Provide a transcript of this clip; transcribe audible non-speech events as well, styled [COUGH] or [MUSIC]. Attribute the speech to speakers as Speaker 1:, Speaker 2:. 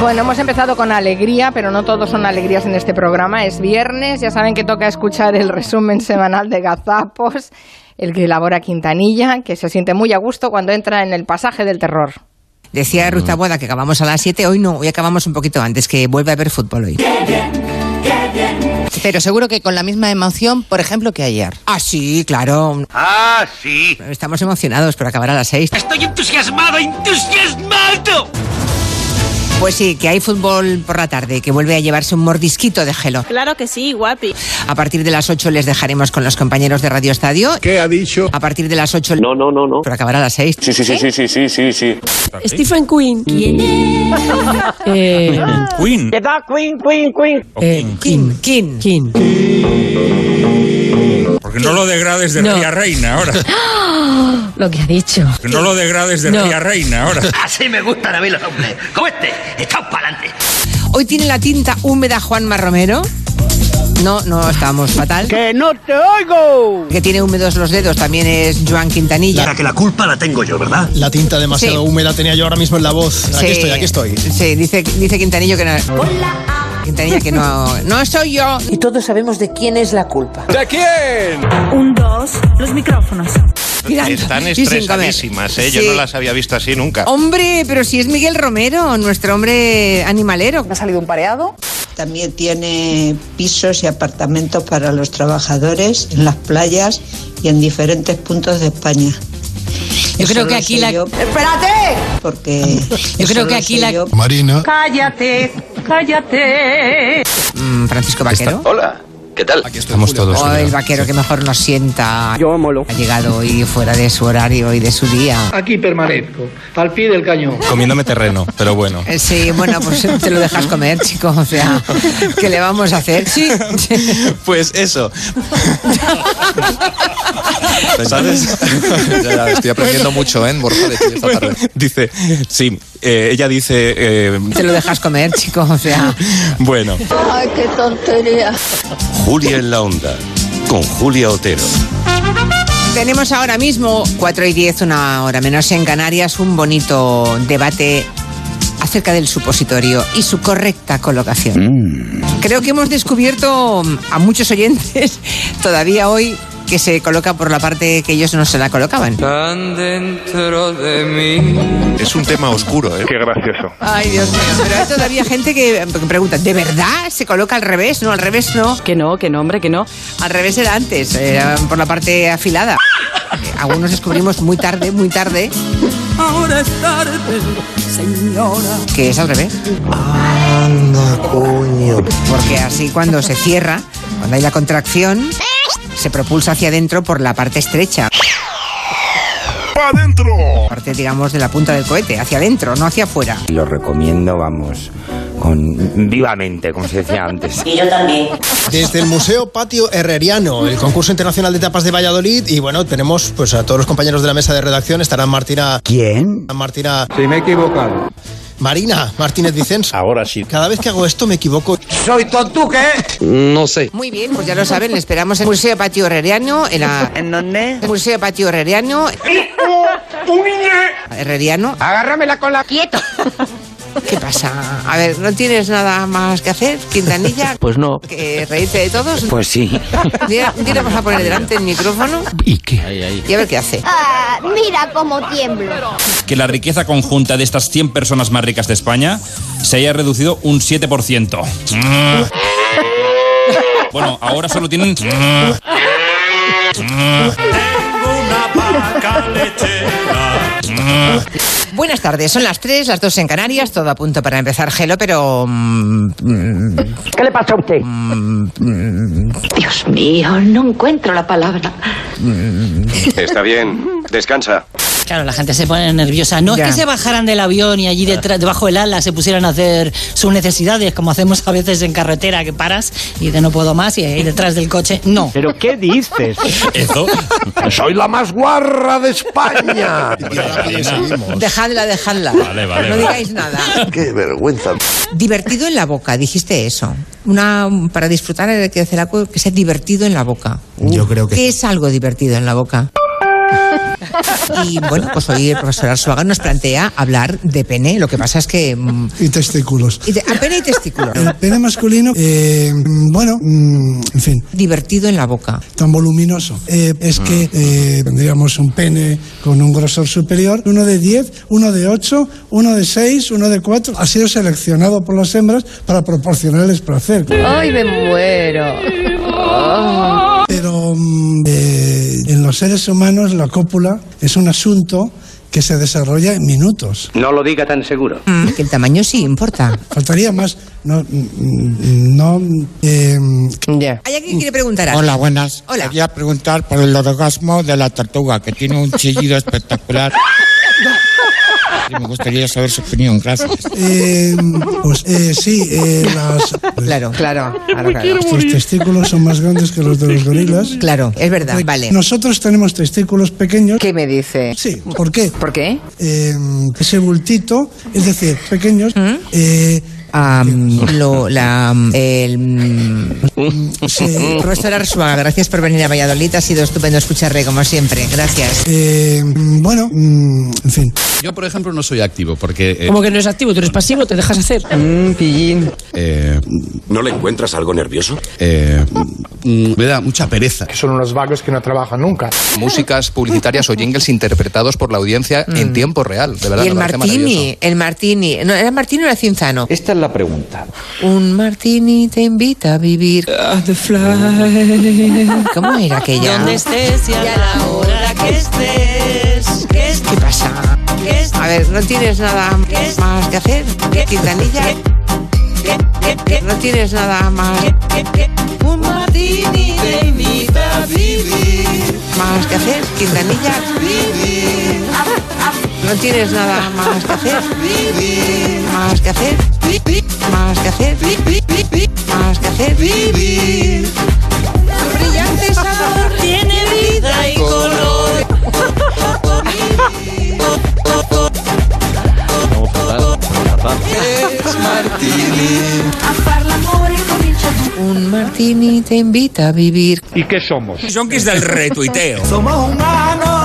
Speaker 1: Bueno, hemos empezado con alegría, pero no todos son alegrías en este programa. Es viernes, ya saben que toca escuchar el resumen semanal de Gazapos, el que elabora Quintanilla, que se siente muy a gusto cuando entra en el pasaje del terror.
Speaker 2: Decía Ruth Boda que acabamos a las 7, hoy no, hoy acabamos un poquito antes, que vuelve a haber fútbol hoy.
Speaker 3: Pero seguro que con la misma emoción, por ejemplo, que ayer.
Speaker 2: Ah, sí, claro.
Speaker 4: Ah, sí.
Speaker 2: Estamos emocionados por acabar a las 6.
Speaker 4: Estoy entusiasmado, entusiasmado.
Speaker 2: Pues sí, que hay fútbol por la tarde, que vuelve a llevarse un mordisquito de gelo.
Speaker 5: Claro que sí, guapi.
Speaker 2: A partir de las 8 les dejaremos con los compañeros de Radio Estadio.
Speaker 6: ¿Qué ha dicho?
Speaker 2: A partir de las 8...
Speaker 7: No, no, no, no.
Speaker 2: Por acabar a las 6.
Speaker 7: Sí, sí, sí, sí, sí, sí, sí, sí.
Speaker 5: Stephen Queen. ¿Quién es?
Speaker 3: [LAUGHS] Eh,
Speaker 8: Queen.
Speaker 9: ¿Qué tal? Queen, Queen, Queen.
Speaker 2: Eh, King, King.
Speaker 3: King.
Speaker 8: Porque no lo degrades de
Speaker 3: No.
Speaker 8: Ría Reina ahora.
Speaker 3: Lo que ha dicho.
Speaker 8: Porque no lo degrades de
Speaker 3: No.
Speaker 8: Ría Reina ahora.
Speaker 4: Así me gustan a mí los hombres. Como este, echaos para adelante.
Speaker 2: Hoy tiene la tinta húmeda Juanma Romero. No, no, estamos fatal.
Speaker 9: ¡Que no te oigo!
Speaker 2: Que tiene húmedos los dedos también es Joan Quintanilla.
Speaker 4: que la culpa la tengo yo, ¿verdad?
Speaker 10: La tinta demasiado
Speaker 2: Sí.
Speaker 10: húmeda tenía yo ahora mismo en la voz. Aquí
Speaker 2: Sí.
Speaker 10: estoy, aquí estoy.
Speaker 2: Sí, dice, dice Quintanillo que no. Quintanilla que no. No soy yo.
Speaker 9: Y todos sabemos de quién es la culpa.
Speaker 5: Un, dos, los micrófonos.
Speaker 2: Mirando
Speaker 11: Están
Speaker 2: y sin comer.
Speaker 11: estresadísimas, ¿eh? Yo
Speaker 2: Sí. Oh.
Speaker 11: no las había visto así nunca.
Speaker 2: Hombre, pero si es Miguel Romero, nuestro hombre animalero.
Speaker 1: Me ha salido un pareado.
Speaker 5: También tiene pisos y apartamentos para los trabajadores en las playas y en diferentes puntos de España.
Speaker 3: Yo
Speaker 5: Eso
Speaker 3: creo que
Speaker 5: lo
Speaker 3: aquí
Speaker 5: sé
Speaker 3: la-
Speaker 5: yo
Speaker 1: ¡Espérate!
Speaker 5: porque
Speaker 3: Yo
Speaker 5: eso
Speaker 3: creo que
Speaker 5: lo
Speaker 3: aquí
Speaker 5: sé
Speaker 3: la-
Speaker 5: yo.
Speaker 6: Marina.
Speaker 9: Cállate, cállate.
Speaker 2: Mm, Francisco Vaquero.
Speaker 4: Hola, ¿qué tal?
Speaker 10: Aquí estoy,
Speaker 6: Estamos
Speaker 10: Julio.
Speaker 6: todos.
Speaker 2: Oh, el
Speaker 6: unidos.
Speaker 2: vaquero que mejor nos sienta.
Speaker 9: Yo molo.
Speaker 2: Ha llegado hoy fuera de su horario y de su día.
Speaker 9: Aquí permanezco, al pie del cañón.
Speaker 6: Comiéndome terreno, pero
Speaker 2: [LAUGHS]
Speaker 6: bueno.
Speaker 2: Eh, Sí, bueno, pues te lo dejas comer, chico. O sea, ¿qué le vamos a hacer? Sí.
Speaker 6: Pues
Speaker 11: [LAUGHS]
Speaker 6: eso. ¿Sabes?
Speaker 10: estoy aprendiendo mucho, ¿eh?
Speaker 6: Dice, sí, eh, ella dice, eh,
Speaker 2: [LAUGHS] Te lo dejas comer, chico. O sea,
Speaker 6: bueno.
Speaker 5: Ay, qué tontería.
Speaker 11: Julia en la onda, con Julia Otero.
Speaker 2: tenemos ahora mismo 4 y 10, una hora menos en Canarias, un bonito debate acerca del supositorio y su correcta colocación. Creo que hemos descubierto a muchos oyentes [LAUGHS] todavía hoy que se coloca por la parte que ellos no se la colocaban.
Speaker 11: Es un tema oscuro, ¿eh?
Speaker 2: Ay, Dios mío, pero hay todavía gente que que pregunta, ¿de verdad se coloca al revés? No, al revés no.
Speaker 9: Que no, que no, hombre, que no.
Speaker 2: Al revés era antes, era por la parte afilada. Eh, Algunos descubrimos muy tarde, muy tarde. Que es al revés. Porque así cuando se cierra, cuando hay la contracción, se propulsa hacia adentro por la parte estrecha. adentro! Parte, digamos, de la punta del cohete, hacia adentro, no hacia afuera.
Speaker 7: Lo recomiendo, vamos, con vivamente, como se decía antes.
Speaker 5: Y yo también.
Speaker 10: Desde el Museo Patio Herreriano, el concurso internacional de tapas de Valladolid. Y bueno, tenemos pues a todos los compañeros de la mesa de redacción. Estarán Martina.
Speaker 7: ¿Quién?
Speaker 10: Martina.
Speaker 9: Si me he equivocado.
Speaker 10: Marina Martínez
Speaker 11: [LAUGHS]
Speaker 10: Vicens.
Speaker 11: Ahora sí.
Speaker 10: Cada vez que hago esto me equivoco.
Speaker 9: Soy tontuque.
Speaker 2: Muy bien, pues ya lo saben, le esperamos en Museo Patio Herreriano, en la...
Speaker 9: ¿En dónde?
Speaker 2: Museo Patio Herreriano. Herreriano.
Speaker 9: Agárrame la cola. Quieto.
Speaker 2: ¿Qué pasa? A ver, ¿no tienes nada más que hacer, Quintanilla?
Speaker 7: Pues no.
Speaker 2: ¿Que reírte de todos?
Speaker 7: Pues sí.
Speaker 2: Mira, mira, vas a poner delante el micrófono
Speaker 7: ¿Y qué?
Speaker 2: y a ver qué hace.
Speaker 5: mira cómo tiemblo.
Speaker 8: Que la riqueza conjunta de estas 100 personas más ricas de España se haya reducido un 7%. Bueno, ahora solo tienen...
Speaker 2: Buenas tardes, son las 3, las 2 en Canarias, todo a punto para empezar gelo, pero... mm, mm,
Speaker 9: ¿Qué le pasa a usted?
Speaker 5: Dios mío, no encuentro la palabra.
Speaker 11: Está bien, descansa.
Speaker 3: Claro, la gente se pone nerviosa. No
Speaker 2: Ya.
Speaker 3: es que se bajaran del avión y allí detrás, debajo del ala se pusieran a hacer sus necesidades, como hacemos a veces en carretera, que paras y te no puedo más y ahí detrás del coche. No.
Speaker 9: ¿Pero qué dices?
Speaker 8: Eso...
Speaker 4: Soy la más guarra de
Speaker 11: Ah,
Speaker 4: España.
Speaker 2: Dejadla, dejadla.
Speaker 8: Vale, vale,
Speaker 2: no
Speaker 8: vale.
Speaker 2: digáis nada.
Speaker 4: Qué vergüenza.
Speaker 2: Divertido en la boca, dijiste eso. Una, para disfrutar hay que hacer algo que sea divertido en la boca.
Speaker 10: Yo creo que
Speaker 2: ¿Qué
Speaker 10: sí.
Speaker 2: es algo divertido en la boca? Y bueno, pues hoy el profesor Arzuaga nos plantea hablar de pene. Lo que pasa es que. mm,
Speaker 12: Y testículos.
Speaker 2: y de- a pene y testículo.
Speaker 12: El pene masculino, eh, mm, bueno, mm, en fin.
Speaker 2: Divertido en la boca.
Speaker 12: Tan voluminoso. Eh, es que eh, tendríamos un pene con un grosor superior, uno de 10, uno de 8, uno de 6, uno de 4. Ha sido seleccionado por las hembras para proporcionarles placer.
Speaker 1: ¡Ay, me muero! Oh.
Speaker 12: Pero mm, eh, en los seres humanos la cópula es un asunto que se desarrolla en minutos.
Speaker 2: No lo diga tan seguro. Mm, Que el tamaño sí importa.
Speaker 12: Faltaría más. No. mm, mm, no eh,
Speaker 2: ¿Hay alguien que quiere preguntar algo?
Speaker 13: Hola, buenas.
Speaker 2: Hola.
Speaker 13: Quería preguntar por el orgasmo de la tortuga, que tiene un
Speaker 11: [LAUGHS]
Speaker 13: chillido espectacular. Y me gustaría saber su opinión. Gracias.
Speaker 12: eh, pues eh, sí, eh,
Speaker 5: [LAUGHS]
Speaker 12: las,
Speaker 2: Claro, claro. claro, claro.
Speaker 12: nuestros testículos son más grandes que los de los gorilas.
Speaker 2: Claro, es verdad, vale.
Speaker 12: Nosotros tenemos testículos pequeños.
Speaker 1: ¿Qué me dice?
Speaker 12: Sí, ¿por qué?
Speaker 1: ¿Por qué?
Speaker 12: Eh, ese bultito, es decir, pequeños.
Speaker 5: ¿Mm?
Speaker 12: eh,
Speaker 2: Am, lo, la, am, el, mm,
Speaker 12: Sí.
Speaker 2: Profesor Arzuaga, gracias por venir a Valladolid. Ha sido estupendo escucharle, como siempre. Gracias.
Speaker 12: eh, bueno, mm, en fin.
Speaker 14: Yo, por ejemplo, no soy activo porque... eh,
Speaker 15: Como que no es activo, tú eres pasivo, te dejas hacer. pillín.
Speaker 14: eh,
Speaker 11: ¿No le encuentras algo nervioso?
Speaker 14: eh, mm, me da mucha pereza.
Speaker 16: Son unos vagos que no trabajan nunca.
Speaker 14: Músicas publicitarias o jingles interpretados por la audiencia en tiempo real, de verdad.
Speaker 2: Mm. y el
Speaker 14: me parece maravilloso.
Speaker 2: Martini, el Martini. No, ¿Era Martini o era Cinzano?
Speaker 7: Esta es la pregunta.
Speaker 2: Un Martini te invita a vivir. ¿Cómo era aquella?
Speaker 3: Donde estés y a la hora que estés. Que estés.
Speaker 2: ¿Qué pasa? A ver, ¿no tienes nada más que hacer? Quintanilla. ¿No tienes nada más,
Speaker 3: Un martini te invita a vivir.
Speaker 2: más que hacer? Quintanilla. ¿No tienes nada más que hacer? Más que hacer. Más que hacer. Más que hacer. Vivir. Brillante sabor
Speaker 3: Tiene vida y color.
Speaker 2: Un martini te invita a vivir.
Speaker 16: ¿Y qué somos?
Speaker 13: Yonkis del retuiteo.
Speaker 16: Somos humanos.